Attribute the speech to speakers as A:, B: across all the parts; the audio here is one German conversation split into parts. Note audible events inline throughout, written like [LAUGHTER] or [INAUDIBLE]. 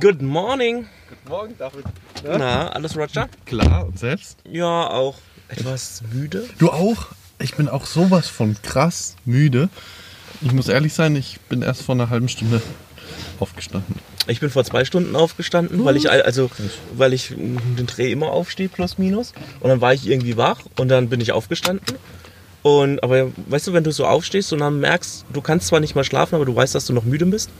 A: Good morning.
B: Guten Morgen, David.
A: Na, alles Roger?
B: Klar, und selbst?
A: Ja, auch. Etwas müde?
B: Du auch? Ich bin auch sowas von krass müde. Ich muss ehrlich sein, ich bin erst vor einer halben Stunde aufgestanden.
A: Ich bin vor zwei Stunden aufgestanden, weil ich al- also weil ich mm, den Dreh immer aufstehe, plus minus. Und dann war ich irgendwie wach und dann bin ich aufgestanden. Und aber weißt du, wenn du so aufstehst und dann merkst, du kannst zwar nicht mal schlafen, aber du weißt, dass du noch müde bist.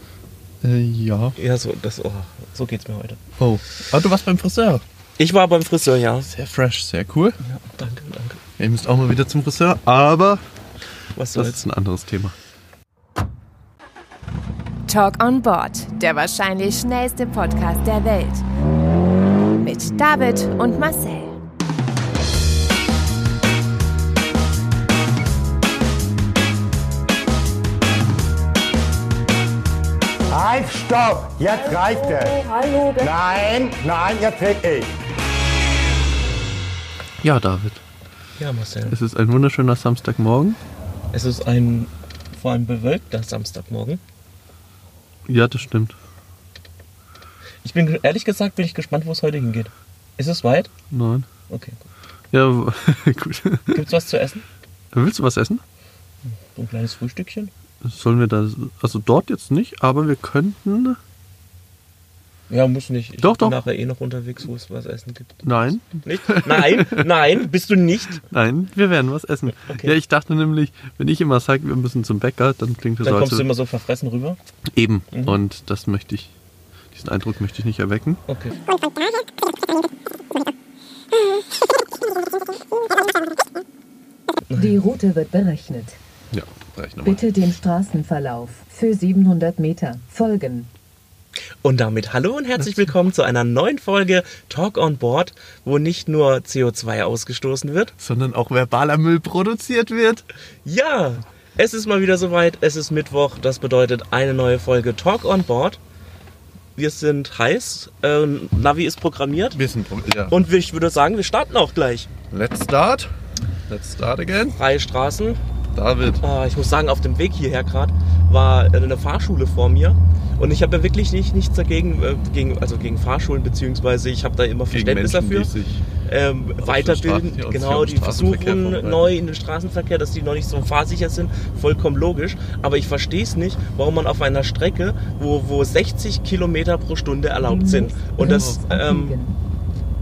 B: Äh, ja.
A: Ja, so, das, oh, so geht's mir heute.
B: Oh. Ah, du warst beim Friseur.
A: Ich war beim Friseur, ja.
B: Sehr fresh, sehr cool.
A: ja danke, danke.
B: Ihr müsst auch mal wieder zum Friseur, aber
A: Was
B: das
A: soll's?
B: ist ein anderes Thema.
C: Talk on Board, der wahrscheinlich schnellste Podcast der Welt. Mit David und Marcel.
D: Halt, stopp! Jetzt reicht es!
E: Hallo,
D: Nein, nein, jetzt red ich!
B: Ja, David.
A: Ja, Marcel.
B: Es ist ein wunderschöner Samstagmorgen.
A: Es ist ein vor allem bewölkter Samstagmorgen.
B: Ja, das stimmt.
A: Ich bin ehrlich gesagt bin ich gespannt, wo es heute hingeht. Ist es weit?
B: Nein.
A: Okay.
B: Ja, [LAUGHS] gut.
A: Gibt's was zu essen?
B: Willst du was essen?
A: So ein kleines Frühstückchen?
B: Sollen wir da. Also dort jetzt nicht, aber wir könnten.
A: Ja, muss nicht. Ich
B: Doch,
A: bin
B: doch.
A: nachher eh noch unterwegs, wo es was essen gibt.
B: Nein.
A: Nicht? Nein, nein, bist du nicht.
B: Nein, wir werden was essen.
A: Okay.
B: Ja, ich dachte nämlich, wenn ich immer sage, wir müssen zum Bäcker, dann klingt das
A: Dann
B: als
A: kommst du Mhm. immer so verfressen rüber.
B: eben. Und das möchte ich, diesen Eindruck möchte ich nicht erwecken.
A: Okay.
F: Die Route wird berechnet.
B: Ja, reicht nochmal.
F: Bitte den Straßenverlauf für 700 Meter folgen.
A: Und damit hallo und herzlich willkommen zu einer neuen Folge Talk on Board, wo nicht nur CO2 ausgestoßen wird.
B: Sondern auch verbaler Müll produziert wird.
A: Ja, es ist mal wieder soweit. Es ist Mittwoch. Das bedeutet eine neue Folge Talk on Board. Wir sind heiß. Äh, Navi ist programmiert.
B: Wir sind ja.
A: Und ich würde sagen, wir starten auch gleich.
B: Let's start. Let's start again.
A: Freie Straßen.
B: David.
A: Ah, ich muss sagen, auf dem Weg hierher gerade war äh, eine Fahrschule vor mir. Und ich habe ja wirklich nicht, nichts dagegen, äh, gegen, also gegen Fahrschulen, beziehungsweise ich habe da immer Verständnis dafür.
B: sich.
A: ähm, weiterbilden.
B: Straßen- ja, und sich
A: genau,
B: auf
A: die
B: den Straßenverkehr
A: versuchen
B: vorbereiten.
A: neu in den Straßenverkehr, dass die noch nicht so fahrsicher sind. Vollkommen logisch. Aber ich verstehe es nicht, warum man auf einer Strecke, wo, wo 60 Kilometer pro Stunde
F: Mhm.
A: erlaubt sind und das ähm,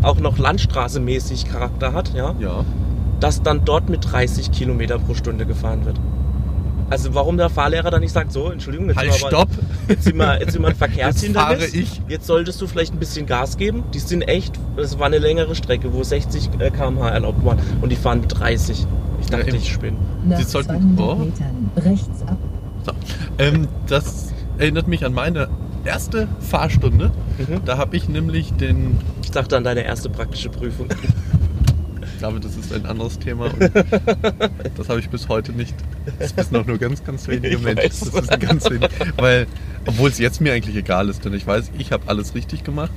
A: auch noch landstraßemäßig Charakter hat, ja,
B: Ja.
A: dass dann dort mit 30 Kilometer pro Stunde gefahren wird. Also warum der Fahrlehrer dann nicht sagt, so, Entschuldigung, jetzt
B: Halt,
A: sind wir aber-
B: stopp.
A: Jetzt sind wir, jetzt sind wir
B: [LAUGHS]
A: ein Verkehrshindernis.
B: Jetzt fahre ich.
A: Jetzt solltest du vielleicht ein bisschen Gas geben. Die sind echt, das war eine längere Strecke, wo 60 km/h erlaubt waren und die fahren mit 30. Ich dachte,
B: eben.
A: ich spinne.
F: Nach
B: Sie sollten-
F: 200
B: oh.
F: Metern rechts ab.
B: So. Ähm, das erinnert mich an meine erste Fahrstunde.
A: Mhm.
B: Da habe ich nämlich den
A: Ich dachte an deine erste praktische Prüfung. [LAUGHS]
B: David, das ist ein anderes Thema. Und das habe ich bis heute nicht. Das wissen auch nur ganz, ganz wenige
A: Ich
B: Menschen.
A: weiß.
B: Das ist ganz wenig, weil, obwohl es jetzt mir eigentlich egal ist, denn ich weiß, ich habe alles richtig gemacht.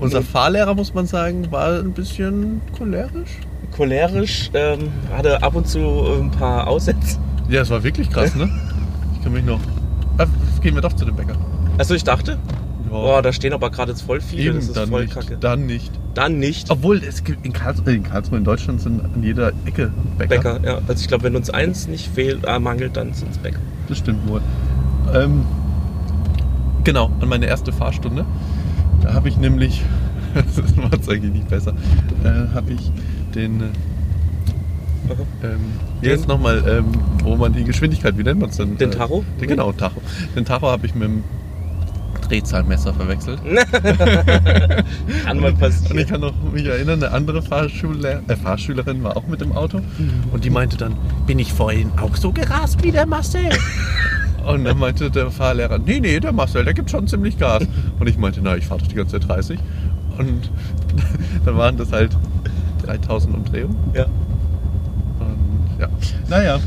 B: Unser
A: Mhm.
B: Fahrlehrer, muss man sagen, war ein bisschen cholerisch.
A: Cholerisch, ähm, hatte ab und zu äh, ein paar Aussätze.
B: Ja, es war wirklich krass, ne? Ich kann mich noch. Ah, gehen wir doch zu dem Bäcker.
A: Also ich dachte,
B: Ja,
A: boah, da stehen aber gerade jetzt voll viele,
B: Oh. eben,
A: das ist
B: dann
A: voll
B: nicht. Oh,
A: kacke.
B: Dann nicht.
A: Dann nicht.
B: Obwohl, es gibt in Karlsruhe, in Karlsruhe, in Deutschland sind an jeder Ecke Bäcker.
A: Bäcker, ja. Also ich glaube, wenn uns eins nicht fehlt, äh, mangelt, dann sind es Bäcker.
B: Das stimmt wohl. Ähm, genau, an meine erste Fahrstunde. Da habe ich nämlich, [LAUGHS] das macht es eigentlich nicht besser, äh, habe ich den, äh, ähm,
A: Den?
B: jetzt nochmal, ähm, wo man die Geschwindigkeit, wie nennt man es denn?
A: Den Tacho?
B: Äh, den, genau, Tacho. Den Tacho habe ich mit dem Drehzahlmesser verwechselt.
A: Kann mal
B: Und ich
A: passieren.
B: kann noch mich erinnern, eine andere Fahrschüler, äh, Fahrschülerin war auch mit dem Auto und die meinte dann, bin ich vorhin auch so gerast wie der Marcel? [LAUGHS] und dann meinte der Fahrlehrer, nee, nee, der Marcel, der gibt schon ziemlich Gas. Und ich meinte, na, ich fahre doch die ganze Zeit 30. Und [LAUGHS] dann waren das halt 3000 Umdrehungen.
A: Ja.
B: Und ja. Naja.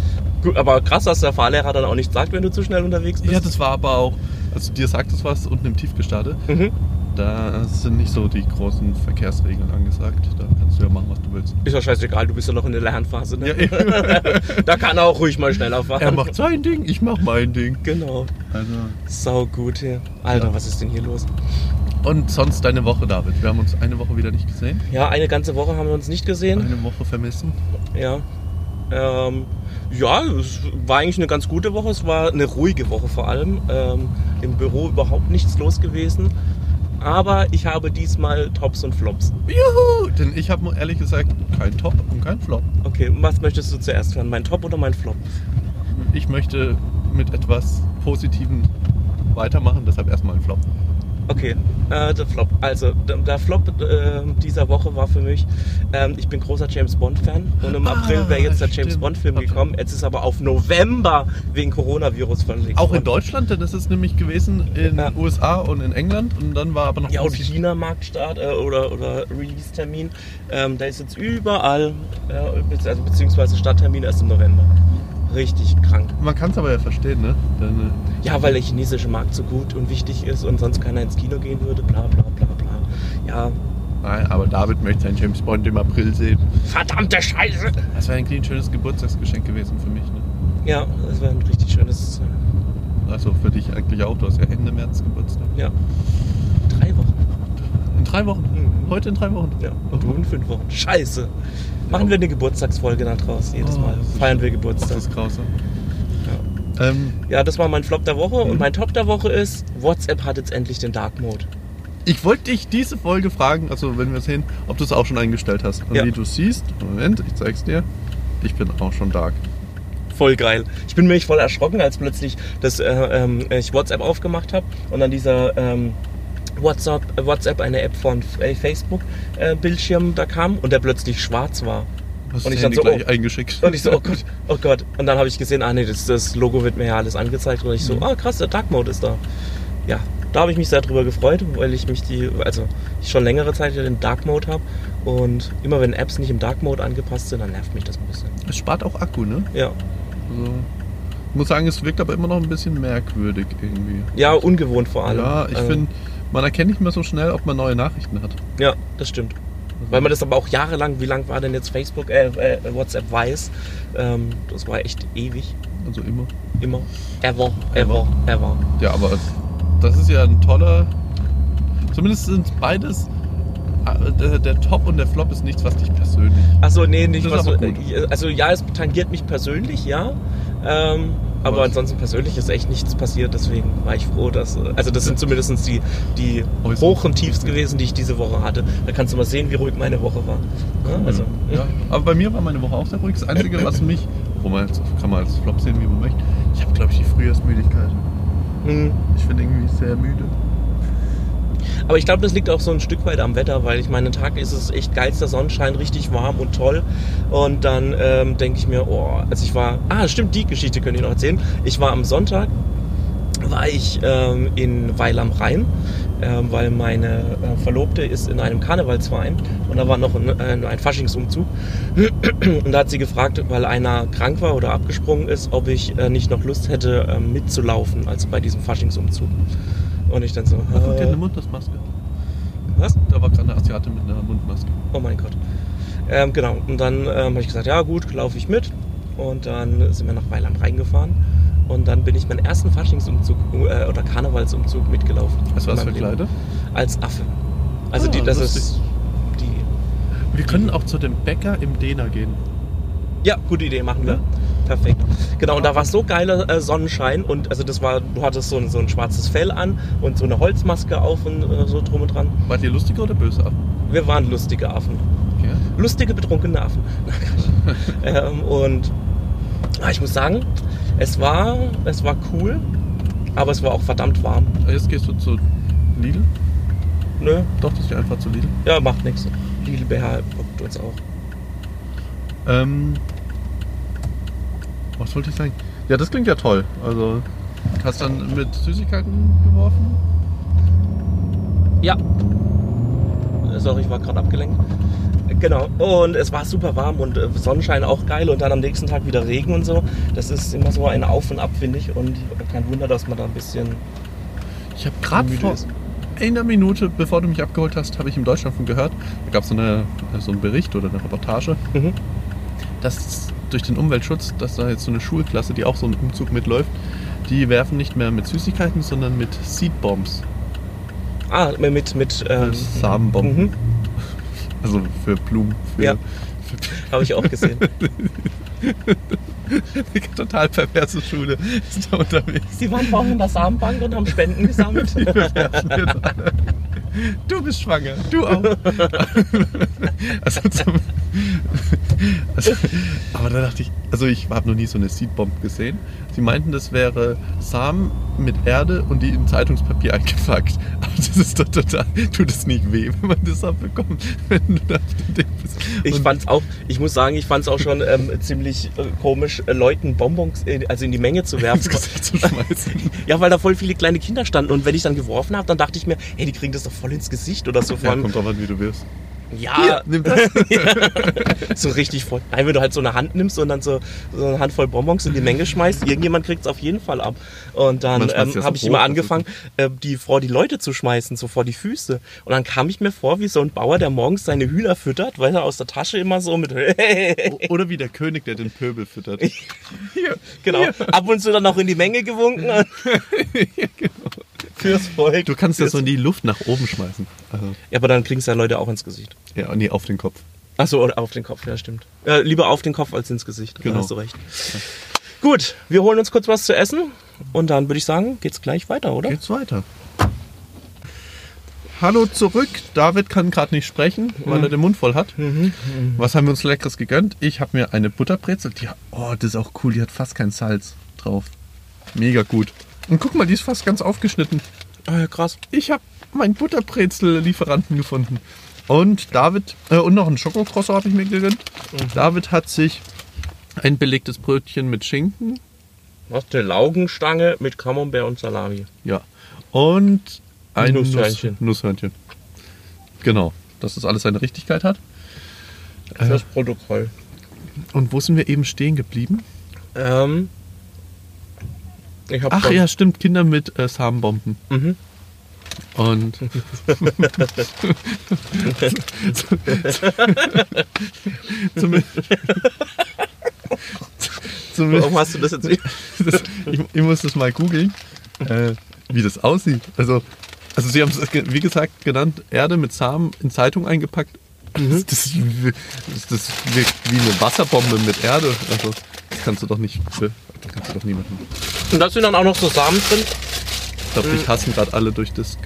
A: Gut, aber krass, dass der Fahrlehrer dann auch nicht sagt, wenn du zu schnell unterwegs bist.
B: Ja, das war aber auch, also dir sagt es was, unten im Tief gestartet.
A: Mhm.
B: Da sind nicht so die großen Verkehrsregeln angesagt. Da kannst du ja machen, was du willst.
A: Ist ja scheißegal, du bist ja noch in der Lernphase. Ne?
B: Ja, eben.
A: [LAUGHS] da kann er auch ruhig mal schneller fahren.
B: Er macht sein Ding, ich mach mein Ding.
A: Genau.
B: Also,
A: Sau gut hier. Alter,
B: Ja.
A: was ist denn hier los?
B: Und sonst deine Woche, David. Wir haben uns eine Woche wieder nicht gesehen.
A: Ja, eine ganze Woche haben wir uns nicht gesehen.
B: Eine Woche vermissen.
A: Ja. Ähm, ja, es war eigentlich eine ganz gute Woche. Es war eine ruhige Woche vor allem. Ähm, Im Büro überhaupt nichts los gewesen. Aber ich habe diesmal Tops und Flops.
B: Juhu! Denn ich habe ehrlich gesagt kein Top und kein Flop.
A: Okay, was möchtest du zuerst hören? Mein Top oder mein Flop?
B: Ich möchte mit etwas Positivem weitermachen, deshalb erstmal ein Flop.
A: Okay, äh, der Flop. Also, der, der Flop äh, dieser Woche war für mich, ähm, ich bin großer James Bond-Fan und im
B: Ah,
A: April wäre jetzt der James
B: stimmt.
A: Bond-Film gekommen. Jetzt ist aber auf November wegen Coronavirus verlegt.
B: Auch in
A: worden.
B: Deutschland, denn das ist nämlich gewesen in
A: Ja.
B: USA und in England und dann war aber noch
A: Ja, und
B: Musik-
A: China-Marktstart äh, oder, oder Release-Termin, ähm, da ist jetzt überall, äh, be- also beziehungsweise Starttermin erst im November. Richtig krank.
B: Man kann es aber ja verstehen, ne? Denn, äh,
A: Ja, weil der chinesische Markt so gut und wichtig ist und sonst keiner ins Kino gehen würde, bla bla bla bla. Ja,
B: nein, aber David möchte seinen James Bond im April sehen.
A: verdammte Scheiße!
B: Das wäre eigentlich ein schönes Geburtstagsgeschenk gewesen für mich, ne?
A: Ja, das wäre ein richtig schönes,
B: Also für dich eigentlich auch, du hast ja Ende März Geburtstag.
A: äh, ja, drei Wochen.
B: In drei Wochen.
A: Mhm.
B: Heute in drei Wochen.
A: Ja, und du in fünf Wochen. Scheiße! Machen wir eine Geburtstagsfolge dann draus, jedes
B: Oh,
A: Mal.
B: das ist
A: Feiern wir
B: Das
A: Geburtstag.
B: ist grausam. Ähm,
A: Ja, das war mein Flop der Woche
B: Mhm.
A: und mein Top der Woche ist, WhatsApp hat jetzt endlich den Dark Mode.
B: Ich wollte dich diese Folge fragen, also wenn wir sehen, ob du es auch schon eingestellt hast. Und
A: Ja.
B: wie du siehst, Moment, ich zeig's dir. Ich bin auch schon dark.
A: Voll geil. Ich bin nämlich voll erschrocken, als plötzlich das, äh, ähm, ich WhatsApp aufgemacht habe und dann dieser ähm, WhatsApp, äh, WhatsApp, eine App von F- äh, Facebook, äh, Bildschirm da kam und der plötzlich schwarz war.
B: Hast
A: Und
B: das
A: ich
B: Handy
A: dann so,
B: gleich
A: oh.
B: eingeschickt.
A: Und ich so, oh Gott, oh Gott. Und dann habe ich gesehen, ah nee, das, das Logo wird mir ja alles angezeigt. Und ich
B: Mhm.
A: so, ah krass, der Dark Mode ist da. Ja, da habe ich mich sehr drüber gefreut, weil ich mich die, also ich schon längere Zeit ja den Dark Mode habe. Und immer wenn Apps nicht im Dark Mode angepasst sind, dann nervt mich das ein bisschen.
B: [LAUGHS] Es spart auch Akku, ne?
A: Ja.
B: Also, ich muss sagen, es wirkt aber immer noch ein bisschen merkwürdig irgendwie.
A: Ja, ungewohnt vor allem.
B: Ja, ich
A: Also,
B: finde, man erkennt nicht mehr so schnell, ob man neue Nachrichten hat.
A: Ja, das stimmt.
B: Mhm.
A: Weil man das aber auch jahrelang, wie lang war denn jetzt Facebook, äh, äh WhatsApp weiß, ähm, das war echt ewig,
B: Also immer.
A: immer. Ever, ever, ever.
B: Ja, aber das ist ja ein toller. Zumindest sind beides. äh, Der, der Top und der Flop ist nichts, was dich persönlich.
A: Achso, nee, nicht
B: Das
A: was.
B: ist aber gut.
A: äh, Also ja, es tangiert mich persönlich, ja. Ähm, aber
B: Was?
A: ansonsten persönlich ist echt nichts passiert, deswegen war ich froh, dass. äh, Also das sind zumindest die, die
B: Äußerst.
A: Hoch- und Tiefs gewesen, die ich diese Woche hatte. Da kannst du mal sehen, wie ruhig meine Woche war. Ja, also,
B: ja. Aber bei mir war meine Woche auch sehr ruhig. Das Einzige, was mich, wo man jetzt, kann man als Flop sehen, wie man möchte, ich habe, glaube ich, die Frühjahrsmüdigkeit.
A: mh.
B: Ich bin irgendwie sehr müde.
A: Aber ich glaube, das liegt auch so ein Stück weit am Wetter, weil ich meine, Tag ist es echt geilster Sonnenschein, richtig warm und toll. Und dann ähm, denke ich mir, oh, also ich war, ah, stimmt, die Geschichte könnt ihr noch erzählen. Ich war am Sonntag, war ich ähm, in Weil am Rhein, ähm, weil meine äh, Verlobte ist in einem Karnevalsverein und da war noch ein, äh, ein, ein Faschingsumzug. Und da hat sie gefragt, weil einer krank war oder abgesprungen ist, ob ich äh, nicht noch Lust hätte, ähm, mitzulaufen, also bei diesem Faschingsumzug. Und ich dann so,
B: Da kommt ja
A: äh,
B: eine Mundmaske.
A: was?
B: Da war gerade eine Asiate mit einer Mundmaske.
A: Oh mein Gott. Ähm, genau, und dann ähm, habe ich gesagt, ja gut, laufe ich mit. Und dann sind wir nach Weiland reingefahren. Und dann bin ich meinen ersten Faschingsumzug äh, oder Karnevalsumzug mitgelaufen.
B: Weißt du,
A: In
B: was für
A: meinem Leben.
B: Kleider?
A: Als Affe. Also
B: Ah,
A: die, das ist
B: lustig.
A: die.
B: Wir können auch zu dem Bäcker im Dena gehen.
A: Ja, gute Idee, machen wir.
B: Ja.
A: Perfekt. Genau, und da war so geiler äh, Sonnenschein und also das war, du hattest so ein, so ein schwarzes Fell an und so eine Holzmaske auf und äh, so drum und dran.
B: Wart ihr lustige oder böse ab?
A: Wir waren lustige Affen.
B: Okay.
A: lustige, betrunkene Affen. ähm, und ah, ich muss sagen, es war, es war cool, aber es war auch verdammt warm.
B: Jetzt gehst du zu Lidl?
A: Nö,
B: Doch, das ist ja einfach zu Lidl.
A: ja, macht nichts. Lidl BH bockt uns auch.
B: Ähm. Was wollte ich sagen? Ja, das klingt ja toll. Also. Hast dann mit Süßigkeiten geworfen?
A: Ja. Äh, Sorry, ich war gerade abgelenkt. Genau, und es war super warm und äh, Sonnenschein auch geil und dann am nächsten Tag wieder Regen und so. Das ist immer so ein Auf und Ab, finde ich. Und kein Wunder, dass man da ein bisschen.
B: Ich habe gerade
A: Müde
B: vor
A: ist.
B: einer Minute, bevor du mich abgeholt hast, habe ich im Deutschlandfunk gehört, da gab so es so einen Bericht oder eine Reportage,
A: Mhm.
B: dass durch den Umweltschutz, dass da jetzt so eine Schulklasse, die auch so einen Umzug mitläuft, die werfen nicht mehr mit Süßigkeiten, sondern mit Seedbombs.
A: Ah, mit, mit ähm,
B: Samenbomben.
A: mhm,
B: Also für Blumen. Für
A: Ja. habe ich auch gesehen.
B: Die [LAUGHS] total perverse Schule [LAUGHS] ist da unterwegs.
A: Sie waren vorhin in der Samenbank und haben Spenden gesammelt.
B: Du bist schwanger, du auch. [LAUGHS] also zum, also, aber da dachte ich, also ich habe noch nie so eine Seedbomb gesehen. Sie meinten, das wäre Samen mit Erde und die in Zeitungspapier eingepackt. Aber das ist doch total, tut es nicht weh, wenn man das abbekommt, wenn du da auf dem Ding bist.
A: Ich
B: Und-
A: fand's auch, ich muss sagen, ich fand's auch schon ähm, ziemlich äh, komisch, äh, Leuten Bonbons in, also in die Menge zu werfen.
B: ins Gesicht
A: [LAUGHS]
B: zu schmeißen.
A: Ja, weil da voll viele kleine Kinder standen und wenn ich dann geworfen habe, dann dachte ich mir, hey, die kriegen das doch voll ins Gesicht oder so. Vor
B: Ja,
A: allem,
B: kommt drauf an, wie du wirst.
A: ja,
B: Ah,
A: [LAUGHS]
B: nimm das.
A: so richtig voll. Nein, wenn du halt so eine Hand nimmst und dann so, so eine Handvoll Bonbons in die Menge schmeißt, irgendjemand kriegt's auf jeden Fall ab. Und dann
B: Man schmeißt ja
A: ähm,
B: so
A: habe ich
B: hoch,
A: immer
B: das ist-
A: angefangen, äh, die vor die Leute zu schmeißen, so vor die Füße. Und dann kam ich mir vor wie so ein Bauer, der morgens seine Hühner füttert, weil er aus der Tasche immer so mit [LAUGHS]
B: Oder wie der König, der den Pöbel füttert. Hier,
A: Genau. [LAUGHS] Ab und zu dann auch in die Menge gewunken. genau. Fürs Volk.
B: Du kannst das so in die Luft nach oben schmeißen. Also,
A: Ja, aber dann kriegen es ja Leute auch ins Gesicht.
B: ja, nee, auf den Kopf.
A: Achso, oder auf den Kopf, ja, stimmt. Ja, lieber auf den Kopf als ins Gesicht. Genau.
B: Genau.
A: Hast du recht. Gut, wir holen uns kurz was zu essen und dann würde ich sagen, geht's gleich weiter, oder?
B: Geht's weiter. Hallo zurück. David kann gerade nicht sprechen, weil er den Mund voll hat. Was haben wir uns Leckeres gegönnt? Ich habe mir eine Butterbrezel. Die, oh, das ist auch cool. Die hat fast kein Salz drauf. Mega gut. Und guck mal, die ist fast ganz aufgeschnitten.
A: Ah, ja, krass.
B: Ich habe meinen Butterbrezel-Lieferanten gefunden. Und David, äh, und noch einen Schokokrosso habe ich mir gegönnt. David hat sich ein belegtes Brötchen mit Schinken.
A: Was? Eine Laugenstange mit Camembert und Salami.
B: Ja. Und ein
A: Nusshörnchen.
B: Nusshörnchen. Nusshörnchen. Genau. Dass das alles seine Richtigkeit hat. Ah,
A: Fürs Protokoll.
B: Und wo sind wir eben stehen geblieben?
A: Ähm. Ich hab
B: Ach
A: schon-
B: ja, stimmt. Kinder mit äh, Samenbomben.
A: Mhm.
B: Und [LAUGHS] [LAUGHS] zumindest, zumindest
A: Warum hast du das jetzt [LAUGHS] nicht?
B: Also [LAUGHS] das, ich, ich muss das mal googeln, äh, wie das aussieht. Also, also sie haben es, ge- wie gesagt, genannt, Erde mit Samen in Zeitung eingepackt.
A: Mhm.
B: Das, das, das, das wirkt wie eine Wasserbombe mit Erde. Also, das kannst du doch nicht. Das kannst du doch niemandem.
A: Und da sind dann auch noch so Samen drin.
B: Ich glaube,
A: Äh.
B: dich hassen gerade alle durch das.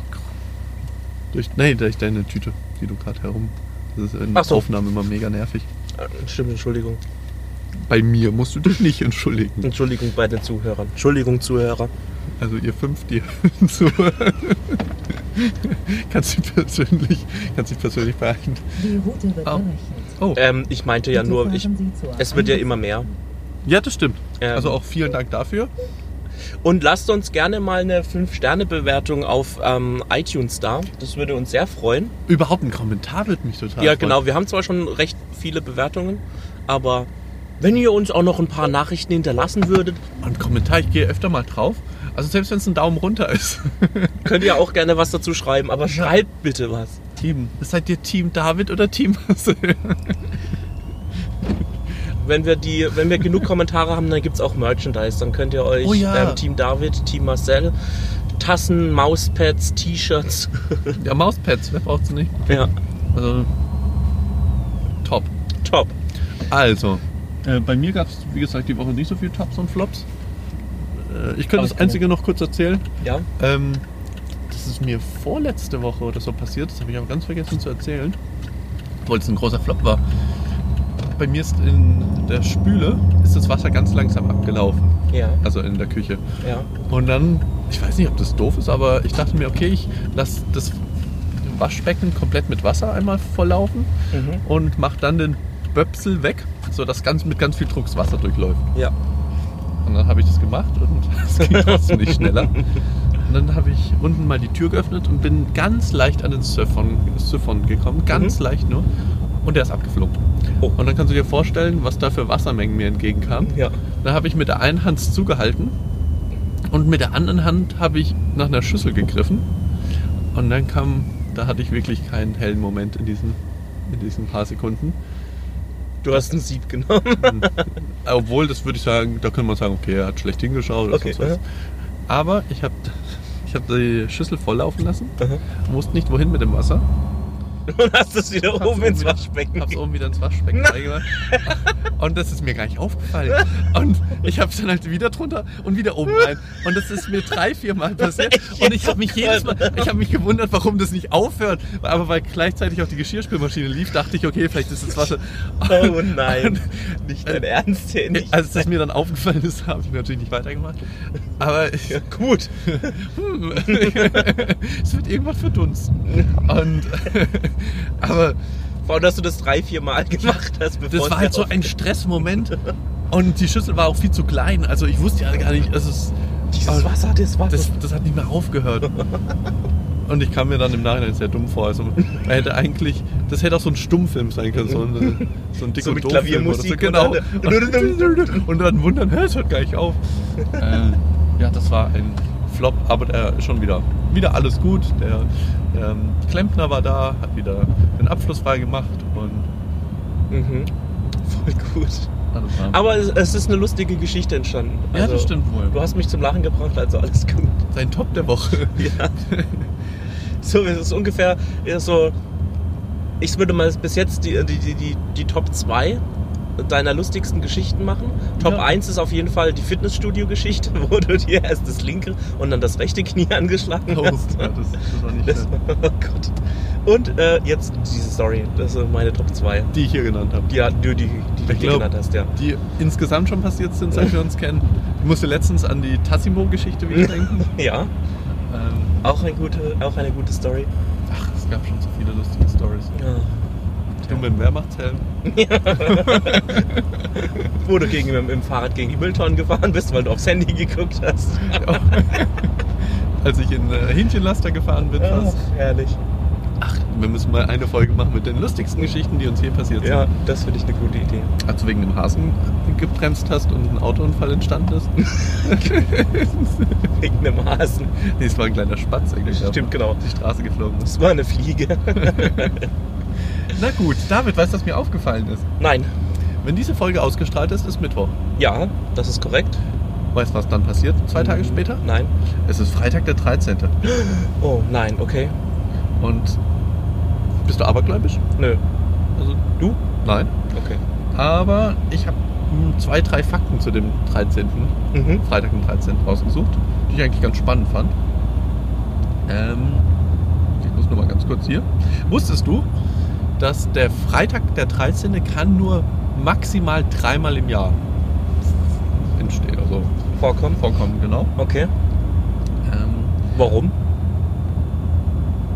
B: Durch, nee, durch deine Tüte, die du gerade herum. Das ist in
A: Ach so.
B: Aufnahmen immer mega nervig.
A: Äh, Stimmt, Entschuldigung.
B: Bei mir musst du dich nicht entschuldigen.
A: Entschuldigung bei den Zuhörern. Entschuldigung, Zuhörer.
B: Also ihr fünf, die [LAUGHS] so. kannst du persönlich, kannst dich persönlich behalten.
F: Die Route wird
B: Oh.
F: berechnet.
B: Oh,
A: Ähm, ich meinte ja
F: Bitte
A: nur,
F: fahren
A: ich,
F: Sie zur
A: es wird ja immer mehr.
B: ja, das stimmt.
A: Ähm.
B: also auch vielen Dank dafür.
A: Und lasst uns gerne mal eine 5-Sterne-Bewertung auf ähm, iTunes da. Das würde uns sehr freuen.
B: Überhaupt ein Kommentar wird mich total.
A: ja,
B: freuen.
A: genau. Wir haben zwar schon recht viele Bewertungen, aber wenn ihr uns auch noch ein paar Nachrichten hinterlassen würdet,
B: Und Kommentar, ich gehe öfter mal drauf. Also selbst wenn es ein Daumen runter ist.
A: könnt ihr auch gerne was dazu schreiben. Aber schreibt bitte was.
B: [LAUGHS] Team. Seid ihr Team David oder Team Marcel?
A: Wenn wir, die, wenn wir genug Kommentare haben, dann gibt es auch Merchandise. Dann könnt ihr euch
B: Oh ja.
A: ähm, Team David, Team Marcel, Tassen, Mauspads, T-Shirts. [LAUGHS]
B: Ja, Mauspads, wer braucht sie nicht?
A: ja,
B: Also top.
A: top.
B: Also, äh, bei mir gab es, wie gesagt, die Woche nicht so viel Tops und Flops. Äh, ich könnte das einzige noch kurz erzählen.
A: Ja.
B: Ähm, das ist mir vorletzte Woche oder so passiert. Das habe ich aber ganz vergessen zu erzählen. Obwohl es ein großer Flop war. Bei mir ist in der Spüle ist das Wasser ganz langsam abgelaufen.
A: Ja,
B: Also in der Küche.
A: ja.
B: Und dann, ich weiß nicht, ob das doof ist, aber ich dachte mir, okay, ich lasse das Waschbecken komplett mit Wasser einmal volllaufen
A: Mhm.
B: und mache dann den Böpsel weg, sodass ganz, mit ganz viel Druck das Wasser durchläuft.
A: Ja.
B: Und dann habe ich das gemacht und [LAUGHS] es ging trotzdem nicht schneller. Und dann habe ich unten mal die Tür geöffnet und bin ganz leicht an den Siphon, Siphon gekommen, ganz
A: Mhm.
B: leicht nur. Und der ist abgeflogen.
A: Oh.
B: Und dann kannst du dir vorstellen, was da für Wassermengen mir entgegenkamen.
A: Ja.
B: Dann habe ich mit der einen Hand zugehalten und mit der anderen Hand habe ich nach einer Schüssel gegriffen. Und dann kam, da hatte ich wirklich keinen hellen Moment in diesen, in diesen paar Sekunden.
A: Du hast einen Sieb genommen. [LAUGHS]
B: Obwohl, das würde ich sagen, da könnte man sagen, okay, er hat schlecht hingeschaut oder
A: Okay,
B: sonst was.
A: aha.
B: Aber ich habe [LAUGHS] Ich habe die Schüssel volllaufen lassen,
A: Aha.
B: wusste nicht wohin mit dem Wasser.
A: Und hast es wieder
B: Hab's
A: oben ins
B: wieder-
A: Waschbecken. [LAUGHS]
B: Hab's oben wieder ins Waschbecken reingemacht. [LAUGHS] Und das ist mir gar nicht aufgefallen. Und ich hab's dann halt wieder drunter und wieder oben rein. Und das ist mir drei, vier Mal passiert. Und ich habe mich jedes Mal, ich habe mich gewundert, warum das nicht aufhört. Aber weil gleichzeitig auch die Geschirrspülmaschine lief, dachte ich, okay, vielleicht ist das Wasser.
A: Oh nein, [LAUGHS] nicht dein
B: äh,
A: Ernst hier nicht.
B: Als das mir dann aufgefallen ist, habe ich natürlich nicht weitergemacht. Aber ich,
A: Ja, gut.
B: hm, [LAUGHS] es wird irgendwas verdunsten. Und, [LAUGHS] aber
A: Warum dass du das drei, vier Mal gemacht hast, bevor
B: Das
A: es
B: war halt
A: dir
B: so ein Stressmoment. Und die Schüssel war auch viel zu klein. Also ich wusste ja gar nicht, also es,
A: auf- Dieses Wasser, Oh. das war
B: das, das hat nicht
A: [LAUGHS]
B: mehr aufgehört. Und ich kam mir dann im Nachhinein sehr dumm vor. Also man hätte eigentlich, das hätte auch so ein Stummfilm sein können. So, eine, so ein
A: [LAUGHS]
B: dick
A: So
B: und
A: mit
B: Doof-Film
A: Klaviermusik
B: Oder so.
A: und
B: Genau. Und, dann wundern, hä, es hört gar nicht auf. Äh, ja, das war ein Flop, aber der, schon wieder, wieder alles gut. Der ähm, Klempner war da, hat wieder den Abschluss frei gemacht und
A: Mhm. Voll gut.
B: alles war.
A: Aber es, es ist eine lustige Geschichte entstanden. Also,
B: ja, das stimmt wohl.
A: Du hast mich zum Lachen gebracht, also alles gut.
B: Sein Top der Woche.
A: [LAUGHS] Ja. so, es ist ungefähr ja, so. Ich würde mal bis jetzt die, die, die, die, die Top 2 deiner lustigsten Geschichten machen. Top
B: Ja.
A: 1 ist auf jeden Fall die Fitnessstudio-Geschichte, [LAUGHS] wo du dir erst das linke und dann das rechte Knie angeschlagen
B: Oh,
A: hast.
B: ja, das, das war nicht
A: Das,
B: schön.
A: oh [LAUGHS] Gott. Und äh, jetzt diese Story. Das sind meine Top 2.
B: Die ich hier genannt habe.
A: Die, die, die, die du
B: Ich glaub-
A: genannt hast, ja.
B: Die insgesamt schon passiert sind, seit wir uns kennen. Ich musste letztens an die
A: [LAUGHS]
B: Tassimo-Geschichte wieder denken.
A: Ja,
B: ähm,
A: auch, ein gute, auch eine gute Story.
B: ach, es gab schon so viele lustige Stories.
A: Ja.
B: Du mit dem Wehrmachtshelm.
A: Wo du gegen, mit dem Fahrrad gegen die Mülltonnen gefahren bist, weil du aufs Handy geguckt hast.
B: Ja. Als ich in äh, Hähnchenlaster gefahren bin.
A: Ach,
B: fast.
A: herrlich.
B: Ach, wir müssen mal eine Folge machen mit den lustigsten Geschichten, die uns je passiert sind.
A: Ja, das finde ich eine gute Idee.
B: Als du wegen dem Hasen gebremst hast und ein Autounfall entstanden
A: [LAUGHS]
B: ist.
A: Wegen einem Hasen.
B: nee, es war ein kleiner Spatz eigentlich. der
A: Stimmt, genau.
B: auf Die Straße geflogen ist.
A: Das war eine Fliege. [LAUGHS]
B: Na gut, David, weißt du, was mir aufgefallen ist?
A: Nein.
B: Wenn diese Folge ausgestrahlt ist, ist Mittwoch.
A: Ja, das ist korrekt.
B: Weißt du, was dann passiert?
A: Mhm.
B: Zwei Tage später?
A: Nein.
B: Es ist Freitag der 13.
A: Oh, nein, okay.
B: Und bist du abergläubisch?
A: Nö.
B: Also du? Nein.
A: Okay.
B: Aber ich habe zwei, drei Fakten zu dem 13.
A: Mhm.
B: Freitag den 13. rausgesucht, die ich eigentlich ganz spannend fand. Ähm, ich muss nur mal ganz kurz hier. Wusstest du, dass der Freitag der 13. kann nur maximal dreimal im Jahr entstehen, also
A: Vorkommen?
B: vorkommen, genau.
A: Okay.
B: Ähm,
A: Warum?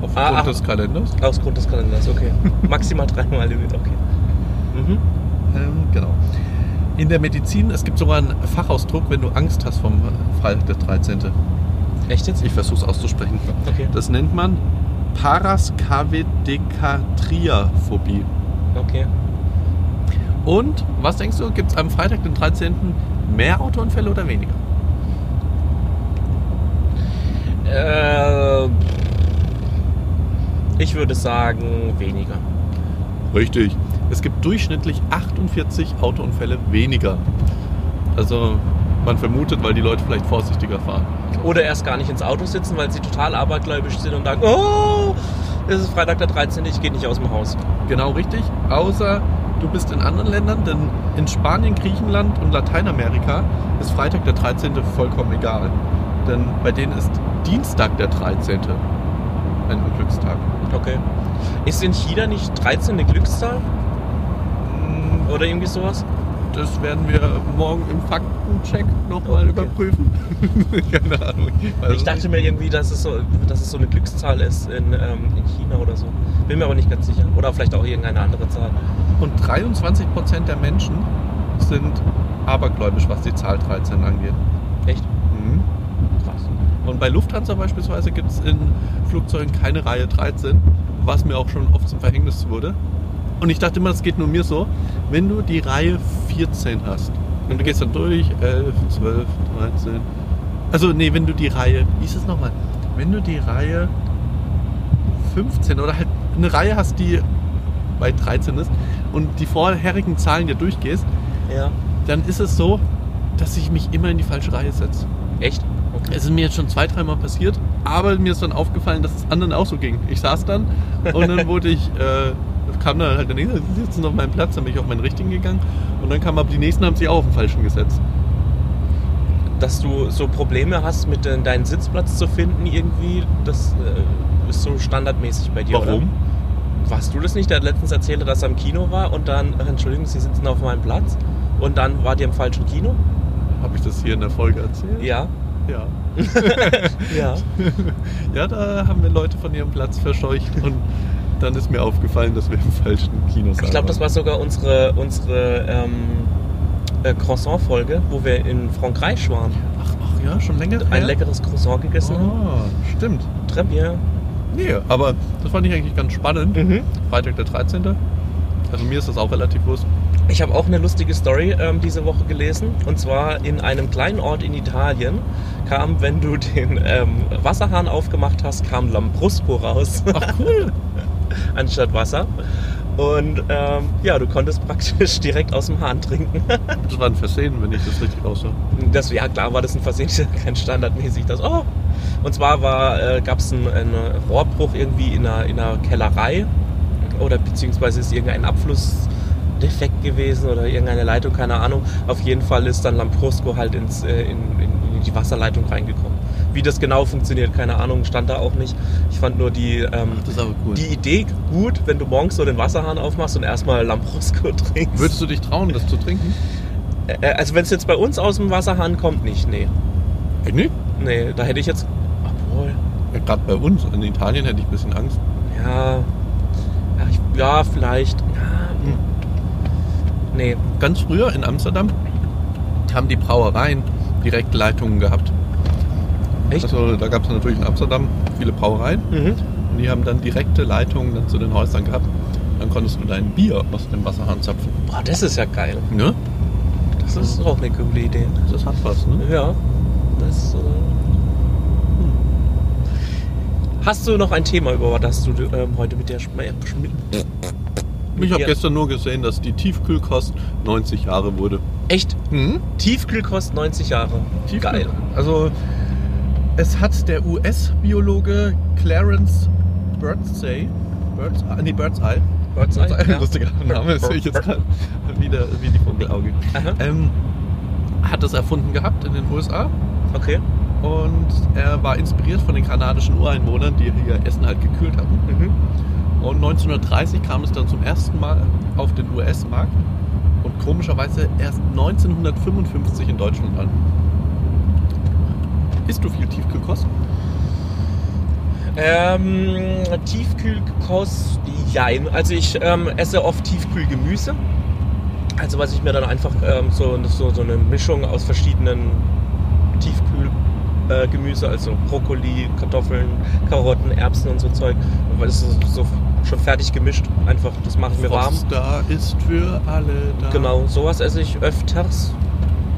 B: aufgrund
A: Ah, ah.
B: des Kalenders.
A: Aus Grund des Kalenders, okay.
B: [LAUGHS]
A: Maximal dreimal im Jahr, okay. Mhm.
B: Ähm, genau. In der Medizin, es gibt sogar einen Fachausdruck, wenn du Angst hast vom äh, Freitag der 13.
A: Echt jetzt?
B: Ich versuche es auszusprechen.
A: Okay.
B: Das nennt man Paraskavedekatriaphobie.
A: Okay.
B: Und was denkst du, gibt es am Freitag, den 13. mehr Autounfälle oder weniger?
A: Äh, ich würde sagen, weniger.
B: Richtig. Es gibt durchschnittlich 48 Autounfälle weniger. Also man vermutet, weil die Leute vielleicht vorsichtiger fahren.
A: Oder erst gar nicht ins Auto sitzen, weil sie total abergläubisch sind und sagen, oh, es ist Freitag der 13., ich gehe nicht aus dem Haus.
B: Genau richtig. Außer du bist in anderen Ländern, denn in Spanien, Griechenland und Lateinamerika ist Freitag der 13. vollkommen egal. Denn bei denen ist Dienstag der 13. ein Unglückstag.
A: Okay. Ist in China nicht 13 eine Glückszahl? Hm, Oder irgendwie sowas?
B: Das werden wir morgen im Faktencheck nochmal
A: Okay.
B: überprüfen. [LAUGHS] Keine Ahnung. Also weiß
A: Ich dachte
B: nicht.
A: mir irgendwie, dass es so, dass es so eine Glückszahl ist in, ähm, in China oder so. Bin mir aber nicht ganz sicher. Oder vielleicht auch irgendeine andere Zahl.
B: Und 23% der Menschen sind abergläubisch, was die Zahl 13 angeht.
A: Echt?
B: Mhm.
A: Krass.
B: Und bei Lufthansa beispielsweise gibt es in Flugzeugen keine Reihe 13, was mir auch schon oft zum Verhängnis wurde. Und ich dachte immer, das geht nur mir so, wenn du die Reihe 14 hast. Und du gehst dann durch, 11, 12, 13. Also nee, wenn du die Reihe, wie ist es nochmal? Wenn du die Reihe 15 oder halt eine Reihe hast, die bei 13 ist und die vorherigen Zahlen dir durchgehst,
A: Ja.
B: dann ist es so, dass ich mich immer in die falsche Reihe setze.
A: Echt?
B: Es ist mir jetzt schon zwei, dreimal passiert, aber mir ist dann aufgefallen, dass es anderen auch so ging. Ich saß dann
A: [LAUGHS]
B: und dann wurde ich, äh, kam dann halt der nächste, sie sitzen auf meinem Platz, dann bin ich auf meinen richtigen gegangen und dann kam aber die nächsten, haben sich auch auf den falschen gesetzt.
A: Dass du so Probleme hast, mit de- deinen Sitzplatz zu finden irgendwie, das äh, ist so standardmäßig bei dir.
B: Warum?
A: Oder? Warst du das nicht, der letztens erzählte, dass er im Kino war und dann, ach, Entschuldigung, Sie sitzen auf meinem Platz und dann war dir im falschen Kino?
B: Habe ich das hier in der Folge erzählt?
A: Ja.
B: Ja.
A: Ja.
B: Ja, da haben wir Leute von ihrem Platz verscheucht und dann ist mir aufgefallen, dass wir im falschen Kino saßen.
A: Ich glaube, das war sogar unsere, unsere ähm, äh, Croissant-Folge, wo wir in Frankreich waren.
B: Ach, ach ja, schon länger
A: Ein leckeres ne? Croissant gegessen haben.
B: Ah, stimmt.
A: Très bien.
B: Nee, aber das fand ich eigentlich ganz spannend.
A: Mhm.
B: Freitag der 13. Also mir ist das auch relativ wurscht.
A: Ich habe auch eine lustige Story ähm, diese Woche gelesen. Und zwar in einem kleinen Ort in Italien kam, wenn du den ähm, Wasserhahn aufgemacht hast, kam Lambrusco raus
B: Ach cool.
A: [LAUGHS] anstatt Wasser. Und ähm, ja, du konntest praktisch [LAUGHS] direkt aus dem Hahn trinken.
B: Das war ein Versehen, wenn ich das richtig raushöre.
A: Das, ja, klar war das ein Versehen, [LAUGHS] kein standardmäßig das. Oh. Und zwar war, äh, gab es einen, einen Rohrbruch irgendwie in einer, in einer Kellerei oder beziehungsweise ist irgendein Abflussdefekt gewesen oder irgendeine Leitung, keine Ahnung. Auf jeden Fall ist dann Lamprusco halt ins, äh, in, in, in die Wasserleitung reingekommen. Wie das genau funktioniert, keine Ahnung, stand da auch nicht. Ich fand nur die, ähm,
B: Das ist aber cool.
A: die Idee gut, wenn du morgens so den Wasserhahn aufmachst und erstmal Lamprusco [LAUGHS] trinkst.
B: Würdest du dich trauen, das zu trinken?
A: Äh, also wenn es jetzt bei uns aus dem Wasserhahn kommt, nicht, nee.
B: Nee.
A: Nee, da hätte ich jetzt. Obwohl.
B: Äh, Ja, Gerade bei uns in Italien hätte ich ein bisschen Angst.
A: Ja. Ja, ich, ja vielleicht. Ja, hm. nee.
B: Ganz früher in Amsterdam haben die Brauereien direkt Leitungen gehabt.
A: Echt?
B: Also da gab es natürlich in Amsterdam viele Brauereien
A: Mhm.
B: und die haben dann direkte Leitungen dann zu den Häusern gehabt. Dann konntest du dein Bier aus dem Wasserhahn zapfen.
A: Boah, das ist ja geil.
B: Ne?
A: Das ist auch eine coole Idee.
B: Das hat was, ne?
A: Ja. Das. Äh, hm. Hast du noch ein Thema, über das du ähm, heute mit der Sch- äh, Sch- mit-
B: Ich habe
A: Ja.
B: gestern nur gesehen, dass die Tiefkühlkost 90 Jahre wurde.
A: Echt?
B: Hm?
A: Tiefkühl kostet 90 Jahre. Geil.
B: Also es hat der US-Biologe Clarence Birdsey, Birds, ah, nee, Birdseye,
A: [LAUGHS] Birdseye,
B: Birdseye,
A: ja.
B: [LAUGHS] lustiger Name, sehe ich jetzt gerade [LAUGHS] wieder wie die Vogelauge,
A: Aha.
B: ähm, hat das erfunden gehabt in den USA
A: Okay.
B: und er war inspiriert von den kanadischen Ureinwohnern, die ihr Essen halt gekühlt hatten.
A: Mhm.
B: Und 1930 kam es dann zum ersten Mal auf den US-Markt und komischerweise erst 1955 in Deutschland an. Isst du viel Tiefkühlkost?
A: Ähm, Tiefkühlkost, jein. Also ich ähm, esse oft Tiefkühlgemüse. Also was ich mir dann einfach ähm, so, so, so eine Mischung aus verschiedenen Tiefkühlgemüse, äh, Gemüse, also Brokkoli, Kartoffeln, Karotten, Erbsen und so Zeug, weil es ist so schon fertig gemischt, einfach, das mache ich mir warm.
B: Was da ist für alle da.
A: Genau, sowas esse ich öfters,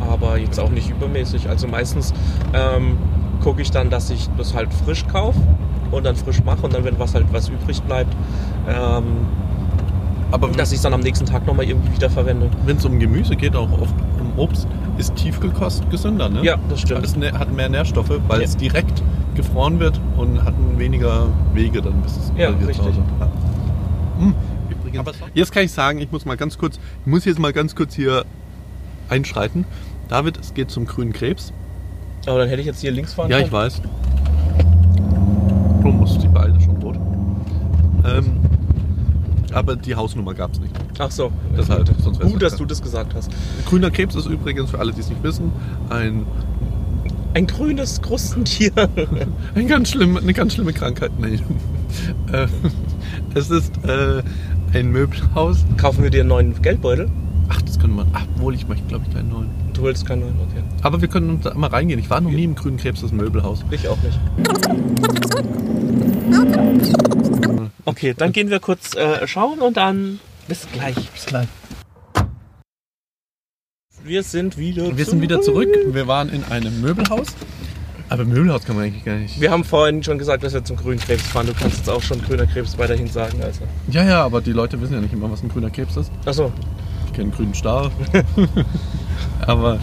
A: aber jetzt auch nicht übermäßig. Also meistens ähm, gucke ich dann, dass ich das halt frisch kaufe und dann frisch mache und dann, wenn was halt was übrig bleibt, ähm,
B: Aber
A: dass ich es dann am nächsten Tag nochmal irgendwie wieder verwende.
B: wenn es um Gemüse geht, auch oft um Obst, ist Tiefkühlkost gesünder, ne?
A: Ja, das stimmt.
B: Es ne- hat mehr Nährstoffe, weil
A: Ja.
B: es direkt gefroren wird und hat weniger Wege dann bis es
A: Ja,
B: bei dir zu
A: richtig.
B: Hause. Ja. Hm. Aber jetzt kann ich sagen, ich muss mal ganz kurz, ich muss jetzt mal ganz kurz hier einschreiten. David, es geht zum grünen Krebs.
A: Aber dann hätte ich jetzt hier links fahren
B: Ja, ich weiß. Du musst die beide schon rot. Ähm, aber die Hausnummer gab es nicht.
A: Ach so,
B: Deshalb, halt sonst wär's
A: gut,
B: nicht
A: dass
B: klar.
A: du das gesagt hast.
B: Grüner Krebs ist übrigens, für alle, die es nicht wissen, ein,
A: Ein grünes Krustentier. [LAUGHS]
B: ein ganz schlimm, eine ganz schlimme Krankheit. Nee. [LAUGHS] Äh, es ist äh, ein Möbelhaus.
A: Kaufen wir dir einen neuen Geldbeutel?
B: Ach, das können wir. Ach, wohl, ich möchte, glaube ich, keinen neuen.
A: Du willst keinen neuen, okay.
B: Aber wir können uns da mal reingehen. Ich war noch nie im Grünen Krebs, das ist ein Möbelhaus.
A: Ich auch nicht. Okay, dann gehen wir kurz äh, schauen und dann bis gleich.
B: Bis gleich.
A: Wir sind wieder
B: Wir sind wieder zurück. Wir waren in einem Möbelhaus. Aber Möbelhaus kann man eigentlich gar nicht.
A: Wir haben vorhin schon gesagt, dass wir zum grünen Krebs fahren. Du kannst jetzt auch schon grüner Krebs weiterhin sagen. Also.
B: Ja, ja, aber die Leute wissen ja nicht immer, was ein grüner Krebs ist. [LAUGHS]
A: Achso,
B: Ich kenne grünen Star. aber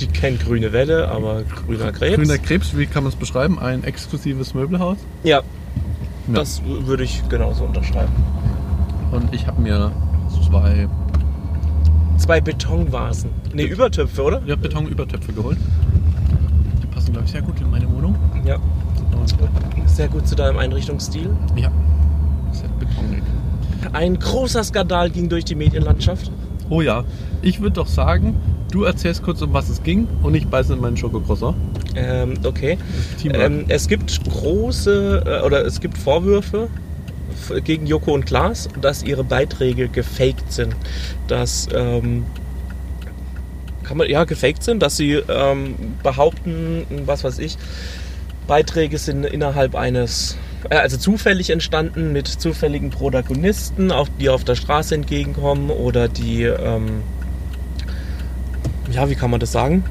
A: Die kennt grüne Welle, aber grüner Krebs.
B: Grüner Krebs, wie kann man es beschreiben? Ein exklusives Möbelhaus.
A: ja. Das w- würde ich genauso unterschreiben.
B: Und ich habe mir zwei
A: Zwei Betonvasen. Ne, Übertöpfe, oder?
B: ja, Betonübertöpfe geholt. Die passen, glaube ich, sehr gut in meine Wohnung.
A: Ja.
B: Und, äh,
A: Sehr gut zu deinem Einrichtungsstil.
B: ja, sehr betonig.
A: Ein großer Skandal ging durch die Medienlandschaft.
B: Oh ja, ich würde doch sagen, du erzählst kurz, um was es ging und ich beiße in meinen Schokocrosser.
A: Ähm, okay.
B: Teamwork.
A: Ähm, es gibt große äh, oder es gibt Vorwürfe f- gegen Joko und Klaas, dass ihre Beiträge gefaked sind. Dass ähm, kann man ja gefaked sind, dass sie ähm, behaupten, was weiß ich, Beiträge sind innerhalb eines äh, also zufällig entstanden mit zufälligen Protagonisten, auch die auf der Straße entgegenkommen oder die ähm, ja, wie kann man das sagen?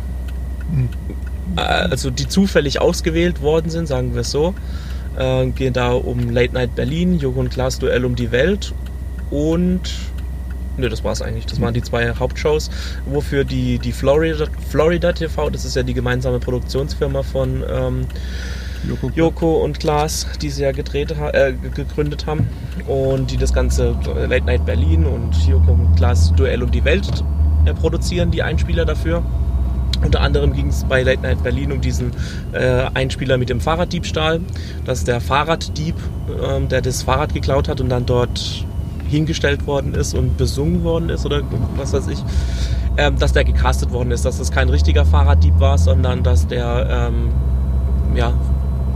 A: Äh, also die zufällig ausgewählt worden sind, sagen wir es so, äh, gehen da um Late Night Berlin, Joko und Klaas Duell um die Welt und ne, das war's eigentlich. Das waren die zwei Hauptshows, wofür die, die Florida, Florida TV, das ist ja die gemeinsame Produktionsfirma von ähm,
B: Joko.
A: Joko und Klaas, die sie ja gedreht, ha- äh, ge- gegründet haben und die das ganze Late Night Berlin und Joko und Klaas Duell um die Welt äh, produzieren, die Einspieler dafür. Unter anderem ging es bei Late Night Berlin um diesen äh, Einspieler mit dem Fahrraddiebstahl, dass der Fahrraddieb, ähm, der das Fahrrad geklaut hat und dann dort hingestellt worden ist und besungen worden ist oder was weiß ich, ähm, dass der gecastet worden ist, dass das kein richtiger Fahrraddieb war, sondern dass der ähm, ja,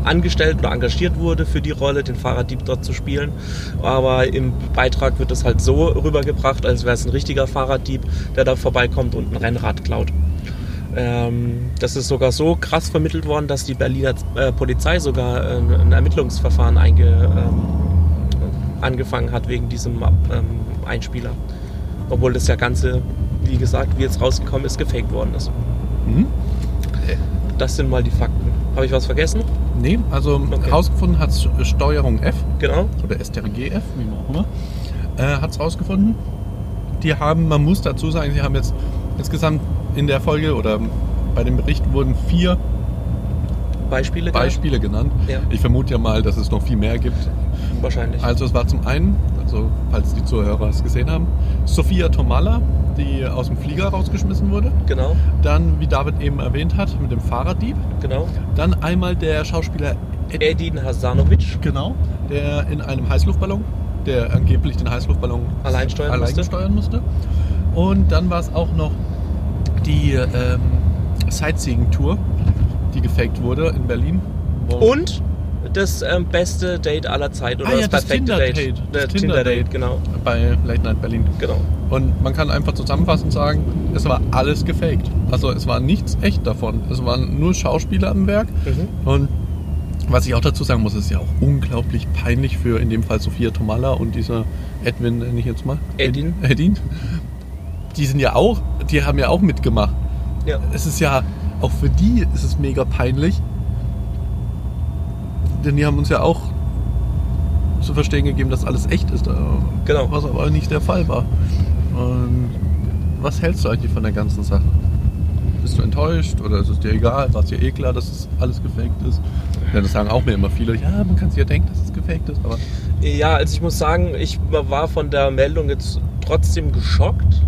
A: angestellt oder engagiert wurde für die Rolle, den Fahrraddieb dort zu spielen. Aber im Beitrag wird es halt so rübergebracht, als wäre es ein richtiger Fahrraddieb, der da vorbeikommt und ein Rennrad klaut. Ähm, das ist sogar so krass vermittelt worden, dass die Berliner äh, Polizei sogar äh, ein Ermittlungsverfahren einge, ähm, angefangen hat wegen diesem ähm, Einspieler. Obwohl das ja Ganze, wie gesagt, wie jetzt rausgekommen ist, gefaked worden ist.
B: Mhm.
A: Das sind mal die Fakten. Habe ich was vergessen?
B: Nee, also
A: Okay.
B: rausgefunden hat Steuerung F
A: Genau.
B: oder STRGF, wie man auch immer, äh, hat es rausgefunden. Die haben, man muss dazu sagen, sie haben jetzt insgesamt in der Folge oder bei dem Bericht wurden vier
A: Beispiele? gell?
B: Beispiele genannt.
A: Ja.
B: Ich vermute ja mal, dass es noch viel mehr gibt.
A: Wahrscheinlich.
B: Also es war zum einen, also falls die Zuhörer es gesehen haben, Sophia Tomalla, die aus dem Flieger rausgeschmissen wurde.
A: Genau,
B: Dann, wie David eben erwähnt hat, mit dem Fahrraddieb.
A: genau.
B: Dann einmal der Schauspieler Ed,
A: Edin Hasanovic
B: genau, der in einem Heißluftballon, der angeblich den Heißluftballon
A: allein steuern
B: allein
A: musste.
B: steuern musste. Und dann war es auch noch die ähm, Sightseeing-Tour, die gefaked wurde in Berlin. Wo-
A: Und das ähm, beste Date aller Zeit oder
B: Ah ja,
A: das
B: das
A: perfekte
B: Tinder-Date.
A: Date.
B: Das
A: Das
B: Tinder-Date.
A: Tinder-Date, genau.
B: bei Late Night Berlin.
A: genau.
B: Und man kann einfach zusammenfassend sagen, es war alles gefaked. Also es war nichts echt davon. Es waren nur Schauspieler am Werk.
A: Mhm.
B: Und was ich auch dazu sagen muss, es ist ja auch unglaublich peinlich für in dem Fall Sophia Tomalla und dieser Edwin, nenne ich jetzt mal.
A: Edin.
B: Edin. Die sind ja auch, die haben ja auch mitgemacht.
A: Ja.
B: Es ist ja, auch für die ist es mega peinlich. Denn die haben uns ja auch zu verstehen gegeben, dass alles echt ist. äh,
A: Genau.
B: Was aber nicht der Fall war. Und was hältst du eigentlich von der ganzen Sache? Bist du enttäuscht oder ist es dir egal? War es dir eh klar, dass es alles gefaked ist? Ja, das sagen auch mir immer viele. Ja, man kann sich ja denken, dass es gefaked ist, aber
A: Ja, also ich muss sagen, ich war von der Meldung jetzt trotzdem geschockt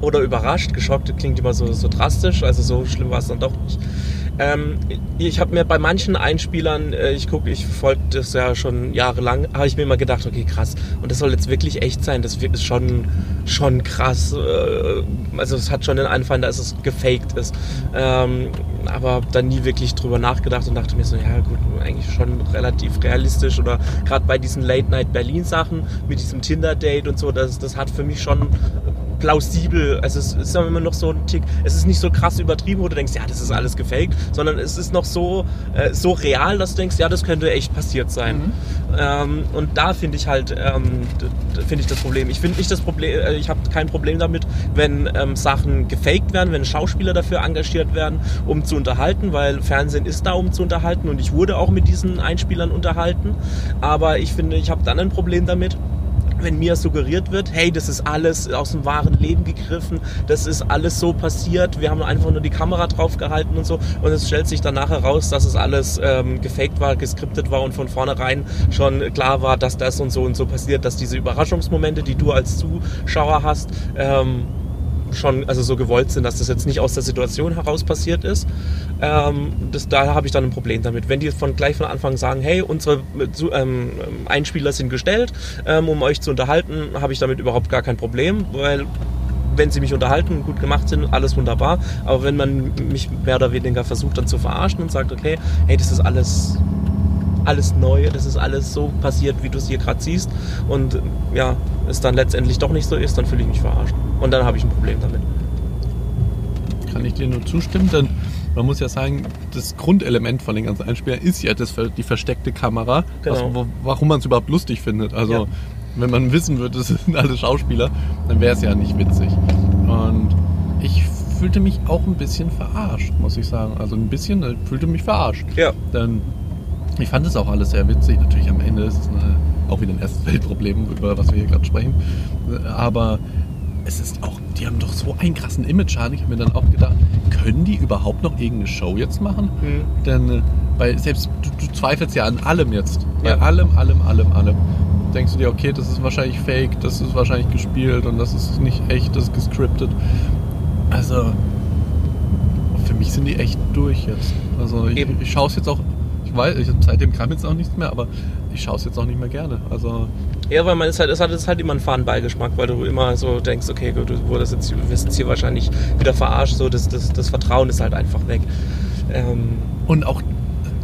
A: oder überrascht. Geschockt klingt immer so, so drastisch, also so schlimm war es dann doch nicht. Ähm, ich habe mir bei manchen Einspielern, äh, ich gucke, ich folge das ja schon jahrelang, habe ich mir immer gedacht, okay, krass. Und das soll jetzt wirklich echt sein, das wir- ist schon, schon krass. Äh, also es hat schon den Anfang, dass es gefaked ist. Ähm, aber hab dann nie wirklich drüber nachgedacht und dachte mir so, ja gut, eigentlich schon relativ realistisch. Oder gerade bei diesen Late-Night-Berlin-Sachen mit diesem Tinder-Date und so, das, das hat für mich schon plausibel. Also es ist ja immer noch so ein Tick. Es ist nicht so krass übertrieben, wo du denkst, ja, das ist alles gefaked, sondern es ist noch so, äh, so real, dass du denkst, ja, das könnte echt passiert sein. Ähm, und da finde ich halt, ähm, d- d- finde ich das Problem. Ich finde nicht das Problem, äh, ich habe kein Problem damit, wenn ähm, Sachen gefaked werden, wenn Schauspieler dafür engagiert werden, um zu unterhalten, weil Fernsehen ist da, um zu unterhalten und ich wurde auch mit diesen Einspielern unterhalten. Aber ich finde, ich habe dann ein Problem damit, wenn mir suggeriert wird, hey, das ist alles aus dem wahren Leben gegriffen, das ist alles so passiert, wir haben einfach nur die Kamera drauf gehalten und so. Und es stellt sich danach heraus, dass es alles ähm, gefaked war, geskriptet war und von vornherein schon klar war, dass das und so und so passiert, dass diese Überraschungsmomente, die du als Zuschauer hast, ähm, schon also so gewollt sind, dass das jetzt nicht aus der Situation heraus passiert ist. Ähm, das, da habe ich dann ein Problem damit. Wenn die von gleich von Anfang sagen, hey, unsere zu- ähm, Einspieler sind gestellt, ähm, um euch zu unterhalten, habe ich damit überhaupt gar kein Problem, weil wenn sie mich unterhalten und gut gemacht sind, alles wunderbar. Aber wenn man mich mehr oder weniger versucht dann zu verarschen und sagt, okay, hey, das ist alles alles neu, das ist alles so passiert, wie du es hier gerade siehst und ja, es dann letztendlich doch nicht so ist, dann fühle ich mich verarscht und dann habe ich ein Problem damit.
B: Kann ich dir nur zustimmen, denn man muss ja sagen, das Grundelement von den ganzen Einspielern ist ja das, die versteckte Kamera,
A: Genau.
B: was, wo, warum man es überhaupt lustig findet. Also
A: Ja.
B: wenn man wissen würde, [LAUGHS] das sind alle Schauspieler, dann wäre es ja nicht witzig. Und ich fühlte mich auch ein bisschen verarscht, muss ich sagen. Also ein bisschen, ich fühlte mich verarscht.
A: Ja.
B: Denn ich fand es auch alles sehr witzig. Natürlich am Ende ist es eine, auch wieder ein erstes Weltproblem, über was wir hier gerade sprechen. Aber es ist auch, die haben doch so einen krassen Image-Schaden. Ich habe mir dann auch gedacht, können die überhaupt noch irgendeine Show jetzt machen?
A: Hm.
B: Denn äh, weil selbst du, du zweifelst ja an allem jetzt. Bei
A: Ja.
B: allem, allem, allem, allem. Denkst du dir, okay, das ist wahrscheinlich fake, das ist wahrscheinlich gespielt und das ist nicht echt, das ist gescriptet. Also, für mich sind die echt durch jetzt. Also ich,
A: Eben.
B: ich schaue es jetzt auch, ich weiß, ich, seitdem kam jetzt auch nichts mehr, aber ich schaue es jetzt auch nicht mehr gerne. Also
A: Ja, weil man ist halt, es hat es halt immer einen faden Beigeschmack, weil du immer so denkst, okay, gut, du wurdest jetzt, du wirst jetzt hier wahrscheinlich wieder verarscht, so das, das, das Vertrauen ist halt einfach weg. Ähm,
B: Und auch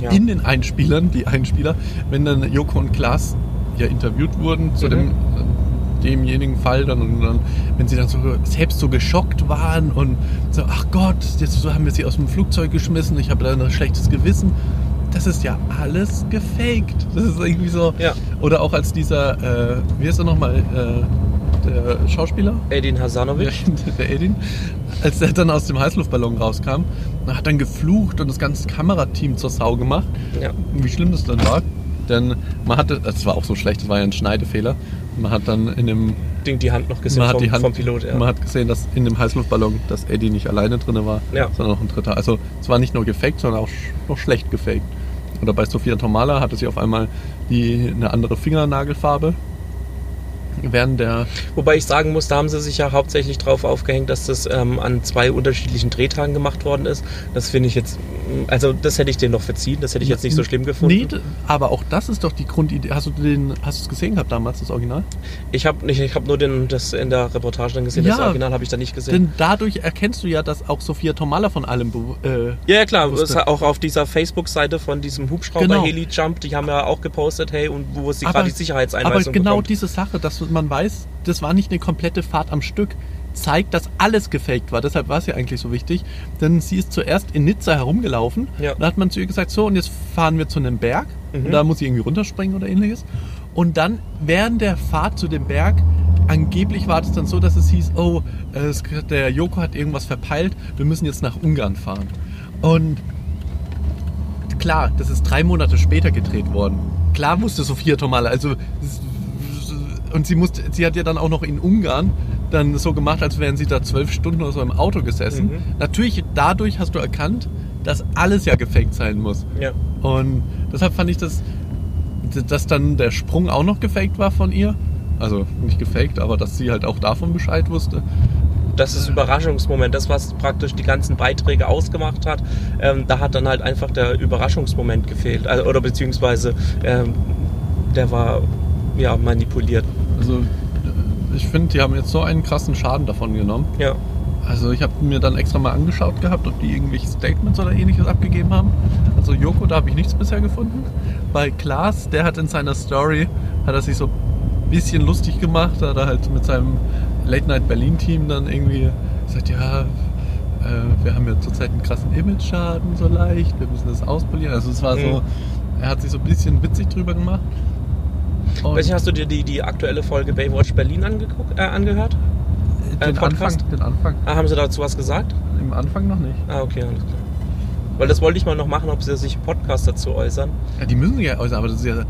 A: Ja.
B: in den Einspielern, die Einspieler, wenn dann Joko und Klaas ja interviewt wurden zu
A: Mhm.
B: dem, demjenigen Fall dann und dann, wenn sie dann so selbst so geschockt waren und so, ach Gott, jetzt so haben wir sie aus dem Flugzeug geschmissen, ich habe da ein schlechtes Gewissen. Das ist ja alles gefaked. Das ist irgendwie so.
A: Ja.
B: Oder auch als dieser, äh, wie heißt er nochmal, äh, der Schauspieler?
A: Edin Hasanovic.
B: Ja, der Edin, als er dann aus dem Heißluftballon rauskam, hat dann geflucht und das ganze Kamerateam zur Sau gemacht.
A: Ja.
B: Wie schlimm das dann war. Denn man hatte, das war auch so schlecht, das war ja ein Schneidefehler. Man hat dann in dem
A: Ding die Hand noch gesehen
B: man hat
A: vom,
B: die Hand,
A: vom Pilot. Ja.
B: Man hat gesehen, dass in dem Heißluftballon, dass Eddie nicht alleine drin war,
A: Ja.
B: sondern noch ein dritter. Also es war nicht nur gefaked, sondern auch sch- noch schlecht gefaked. Oder bei Sophia Tomala hatte sie auf einmal die, eine andere Fingernagelfarbe. Während der
A: Wobei ich sagen muss, da haben sie sich ja hauptsächlich drauf aufgehängt, dass das ähm, an zwei unterschiedlichen Drehtagen gemacht worden ist. Das finde ich jetzt, also das hätte ich denen noch verziehen, das hätte ich jetzt nicht so schlimm gefunden.
B: Nee, d- aber auch das ist doch die Grundidee. Hast du den, hast du es gesehen gehabt damals, das Original?
A: Ich habe nicht, ich habe nur den, das in der Reportage dann gesehen, das
B: Ja.
A: Original habe ich da nicht gesehen.
B: Denn dadurch erkennst du ja, dass auch Sophia Tomala von allem be- äh,
A: Ja, ja, klar,
B: Wusste.
A: es hat auch auf dieser Facebook-Seite von diesem
B: Genau.
A: Hubschrauber-Heli-Jump, die haben ja auch gepostet, hey, und wo ist die, gerade die
B: aber
A: Sicherheitseinweisung
B: genau
A: bekommt.
B: diese Sache, dass man weiß, das war nicht eine komplette Fahrt am Stück, zeigt, dass alles gefaked war. Deshalb war es ja eigentlich so wichtig. Denn sie ist zuerst in Nizza herumgelaufen.
A: Ja. Mhm.
B: Da hat man zu ihr gesagt, so, und jetzt fahren wir zu einem Berg. Und da muss sie irgendwie runterspringen oder ähnliches. Und dann während der Fahrt zu dem Berg, angeblich war es dann so, dass es hieß, oh, äh, es- der Joko hat irgendwas verpeilt, wir müssen jetzt nach Ungarn fahren. Und klar, das ist drei Monate später gedreht worden. Klar musste Sophia Tomala, also s- s- und sie musste, sie hat ja dann auch noch in Ungarn dann so gemacht, als wären sie da zwölf Stunden oder so im Auto gesessen. Natürlich, dadurch hast du erkannt, dass alles ja gefaked sein muss.
A: Ja.
B: Und deshalb fand ich das, dass dann der Sprung auch noch gefaked war von ihr. Also nicht gefaked, aber dass sie halt auch davon Bescheid wusste.
A: Das ist Überraschungsmoment, das, was praktisch die ganzen Beiträge ausgemacht hat. Ähm, da hat dann halt einfach der Überraschungsmoment gefehlt. Also, oder beziehungsweise ähm, der war ja manipuliert.
B: Also ich finde, die haben jetzt so einen krassen Schaden davon genommen.
A: Ja.
B: Also ich habe mir dann extra mal angeschaut gehabt, ob die irgendwelche Statements oder ähnliches abgegeben haben. Also Joko, da habe ich nichts bisher gefunden. Bei Klaas, der hat in seiner Story, hat er sich so ein bisschen lustig gemacht, da hat er halt mit seinem Late Night Berlin Team dann irgendwie gesagt, ja, äh, wir haben ja zurzeit einen krassen Image-Schaden so leicht, wir müssen das auspolieren. Also es war so,
A: Mhm.
B: er hat sich so ein bisschen witzig drüber gemacht. Und
A: Weiß nicht, hast du dir die, die aktuelle Folge Baywatch Berlin angeguckt, äh, angehört? äh,
B: den, Anfang,
A: Podcast?
B: den Anfang,
A: Ah, haben sie dazu was gesagt?
B: im Anfang noch nicht.
A: Ah, okay, alles klar. Weil das wollte ich mal noch machen, ob sie sich im Podcast dazu äußern.
B: Ja, die müssen ja äußern, aber das also, ist ja.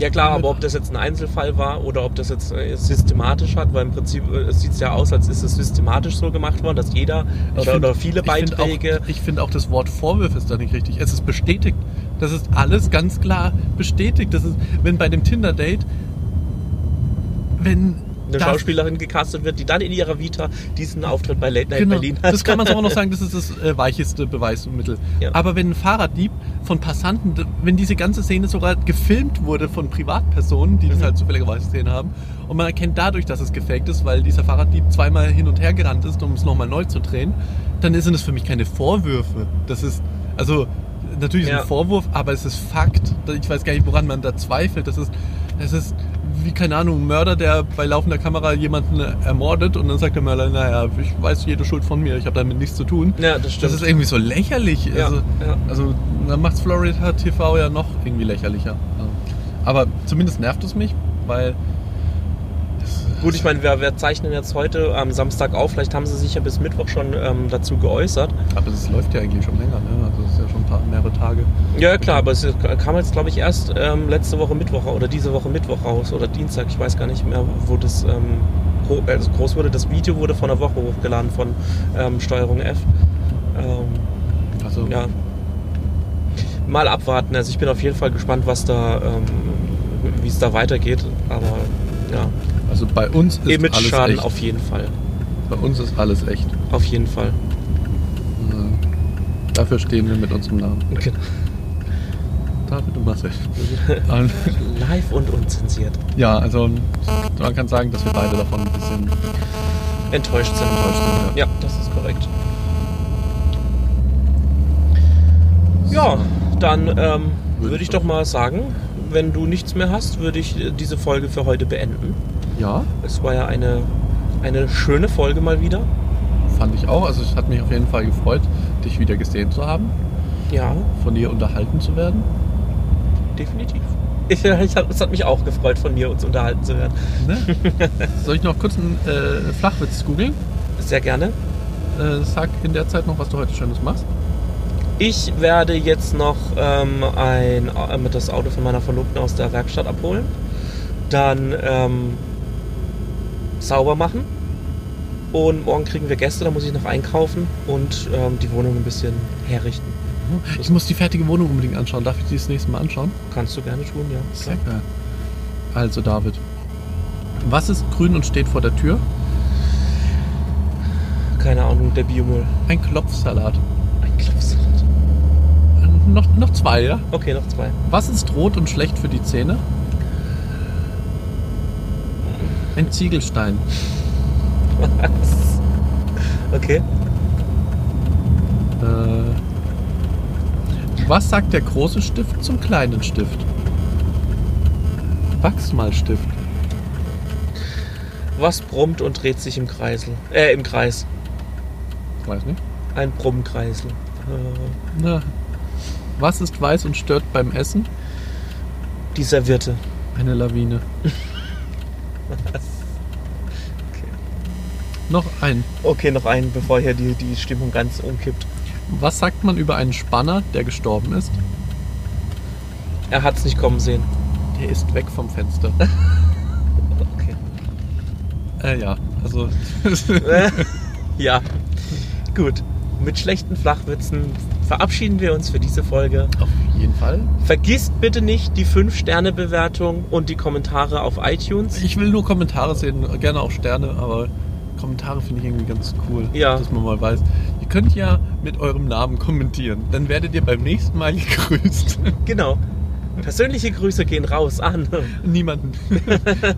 A: Ja klar, aber ob das jetzt ein Einzelfall war oder ob das jetzt äh, systematisch hat, weil im Prinzip äh, es sieht ja aus, als ist es systematisch so gemacht worden, dass jeder
B: Ich
A: oder,
B: find-
A: oder viele
B: ich find
A: Beiträge.
B: Auch, ich finde auch das Wort Vorwurf ist da nicht richtig. Es ist bestätigt. Das ist alles ganz klar bestätigt. Das ist, wenn bei dem Tinder-Date, wenn
A: Eine
B: das-
A: Schauspielerin gecastet wird, die dann in ihrer Vita diesen Auftritt bei Late Night
B: Genau,
A: Berlin hat.
B: das
A: [LAUGHS]
B: kann man so auch noch sagen, das ist das äh, weicheste Beweismittel.
A: Ja.
B: Aber wenn ein Fahrraddieb von Passanten, d- wenn diese ganze Szene sogar gefilmt wurde von Privatpersonen, die
A: Mhm.
B: das halt zufälligerweise gesehen haben, und man erkennt dadurch, dass es gefaked ist, weil dieser Fahrraddieb zweimal hin und her gerannt ist, um es nochmal neu zu drehen, dann sind es für mich keine Vorwürfe. Das ist, also natürlich ist
A: Ja.
B: ein Vorwurf, aber es ist Fakt. Ich weiß gar nicht, woran man da zweifelt. Das ist, das ist wie, keine Ahnung, ein Mörder, der bei laufender Kamera jemanden ermordet und dann sagt der Mörder, naja, ich weiß jede Schuld von mir, ich habe damit nichts zu tun.
A: Ja, das stimmt.
B: Das ist irgendwie so lächerlich.
A: Ja,
B: also,
A: ja.
B: also dann macht's Florida TV ja noch irgendwie lächerlicher. Also, Aber zumindest nervt es mich, weil
A: Gut, ich meine, wir, wir zeichnen jetzt heute am Samstag auf, vielleicht haben sie sich ja bis Mittwoch schon ähm, dazu geäußert.
B: aber es läuft ja eigentlich schon länger, ne? Also es ist ja schon ein paar, mehrere Tage.
A: Ja, klar, aber es kam jetzt, glaube ich, erst ähm, letzte Woche Mittwoch oder diese Woche Mittwoch raus oder Dienstag, ich weiß gar nicht mehr, wo das ähm, gro- also groß wurde. Das Video wurde vor einer Woche hochgeladen von ähm, Steuerung F. Ähm,
B: Also
A: ja. Mal abwarten, also ich bin auf jeden Fall gespannt, was da, ähm, wie es da weitergeht, aber ja,
B: Also bei uns ist alles
A: Image-Schaden
B: echt.
A: auf jeden Fall.
B: Bei uns ist alles echt.
A: Auf jeden Fall.
B: Äh, Dafür stehen wir mit unserem Namen.
A: Genau.
B: David und Marcel. Ähm,
A: Live und unzensiert.
B: ja, also man kann sagen, dass wir beide davon ein bisschen
A: Enttäuscht sind.
B: enttäuscht sind.
A: Ja, das ist korrekt. Ja, dann ähm,
B: Würde
A: würde ich
B: ich
A: doch mal sagen, wenn du nichts mehr hast, würde ich äh, diese Folge für heute beenden.
B: Ja,
A: Es war ja eine, eine schöne Folge mal wieder.
B: fand ich auch. Also es hat mich auf jeden Fall gefreut, dich wieder gesehen zu haben,
A: Ja,
B: von dir unterhalten zu werden.
A: definitiv. Ich, ich hab, es hat mich auch gefreut, von dir uns unterhalten zu werden.
B: Ne?
A: [LAUGHS]
B: Soll ich noch kurz einen äh, Flachwitz googeln?
A: Sehr gerne.
B: Äh, sag in der Zeit noch, was du heute Schönes machst.
A: Ich werde jetzt noch ähm, ein, ähm, das Auto von meiner Verlobten aus der Werkstatt abholen. Dann ähm, sauber machen. Und morgen kriegen wir Gäste, da muss ich noch einkaufen und ähm, die Wohnung ein bisschen herrichten.
B: Ich muss die fertige Wohnung unbedingt anschauen. Darf ich die das nächste Mal anschauen?
A: Kannst du gerne tun, ja.
B: Sehr geil. Also David, was ist grün und steht vor der Tür?
A: Keine Ahnung, der Biomüll.
B: Ein Klopfsalat. Äh,
A: Ein Klopfsalat.
B: Noch, noch zwei, ja?
A: Okay, noch zwei. [LAUGHS]
B: Was ist rot und schlecht für die Zähne? Ein Ziegelstein.
A: Was? Okay.
B: Äh, was sagt der große Stift zum kleinen Stift? Wachsmalstift.
A: Was brummt und dreht sich im Kreisel? Äh, im Kreis.
B: Weiß nicht.
A: Ein Brummkreisel. Äh,
B: Na. Was ist weiß und stört beim Essen?
A: die Serviette.
B: Eine Lawine. Noch ein.
A: Okay, noch einen, bevor hier die, die Stimmung ganz umkippt.
B: Was sagt man über einen Spanner, der gestorben ist?
A: Er hat's nicht kommen sehen.
B: Der ist weg vom Fenster.
A: Okay.
B: äh, ja, also. [LAUGHS]
A: ja. Gut. Mit schlechten Flachwitzen verabschieden wir uns für diese Folge.
B: Auf jeden Fall.
A: Vergisst bitte nicht die 5-Sterne-Bewertung und die Kommentare auf iTunes.
B: Ich will nur Kommentare sehen, gerne auch Sterne, aber Kommentare finde ich irgendwie ganz cool,
A: Ja.
B: dass man mal weiß. Ihr könnt ja mit eurem Namen kommentieren. Dann werdet ihr beim nächsten Mal [LAUGHS] gegrüßt.
A: Genau. Persönliche Grüße gehen raus an. [LAUGHS]
B: Niemanden.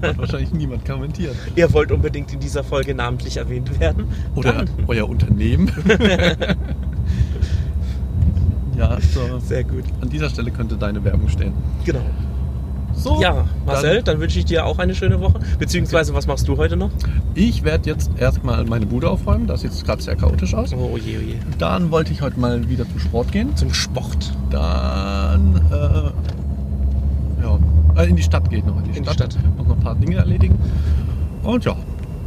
B: Hat wahrscheinlich niemand kommentiert.
A: Ihr wollt unbedingt in dieser Folge namentlich erwähnt werden.
B: Oder
A: Dann. [LAUGHS]
B: euer Unternehmen. ja, so.
A: Sehr gut.
B: An dieser Stelle könnte deine Werbung stehen.
A: Genau.
B: So.
A: Ja, Marcel, dann, wünsche ich dir auch eine schöne Woche. Beziehungsweise, was machst du heute noch?
B: Dann, ich werde jetzt erstmal meine Bude aufräumen. Das sieht gerade sehr chaotisch aus.
A: Oh je, oh je.
B: Dann wollte ich heute mal wieder zum Sport gehen.
A: Zum Sport.
B: Dann äh, ja, äh, in die Stadt geht noch. In die
A: In die
B: Stadt.
A: Stadt.
B: Muss noch ein paar Dinge erledigen. Und ja,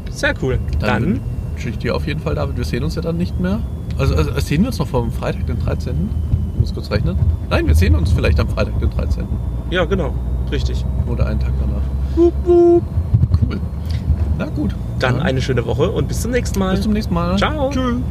A: Sehr cool.
B: dann, wünsche ich dir auf jeden Fall, David. Wir sehen uns ja dann nicht mehr. Also, also sehen wir uns noch vor dem Freitag, den 13. Ich muss kurz rechnen. Nein, wir sehen uns vielleicht am Freitag, den 13.
A: Ja, genau. Richtig.
B: Oder einen Tag danach. Cool. Na gut.
A: Dann eine schöne Woche und bis zum nächsten Mal.
B: Bis zum nächsten Mal.
A: Ciao.
B: Tschüss.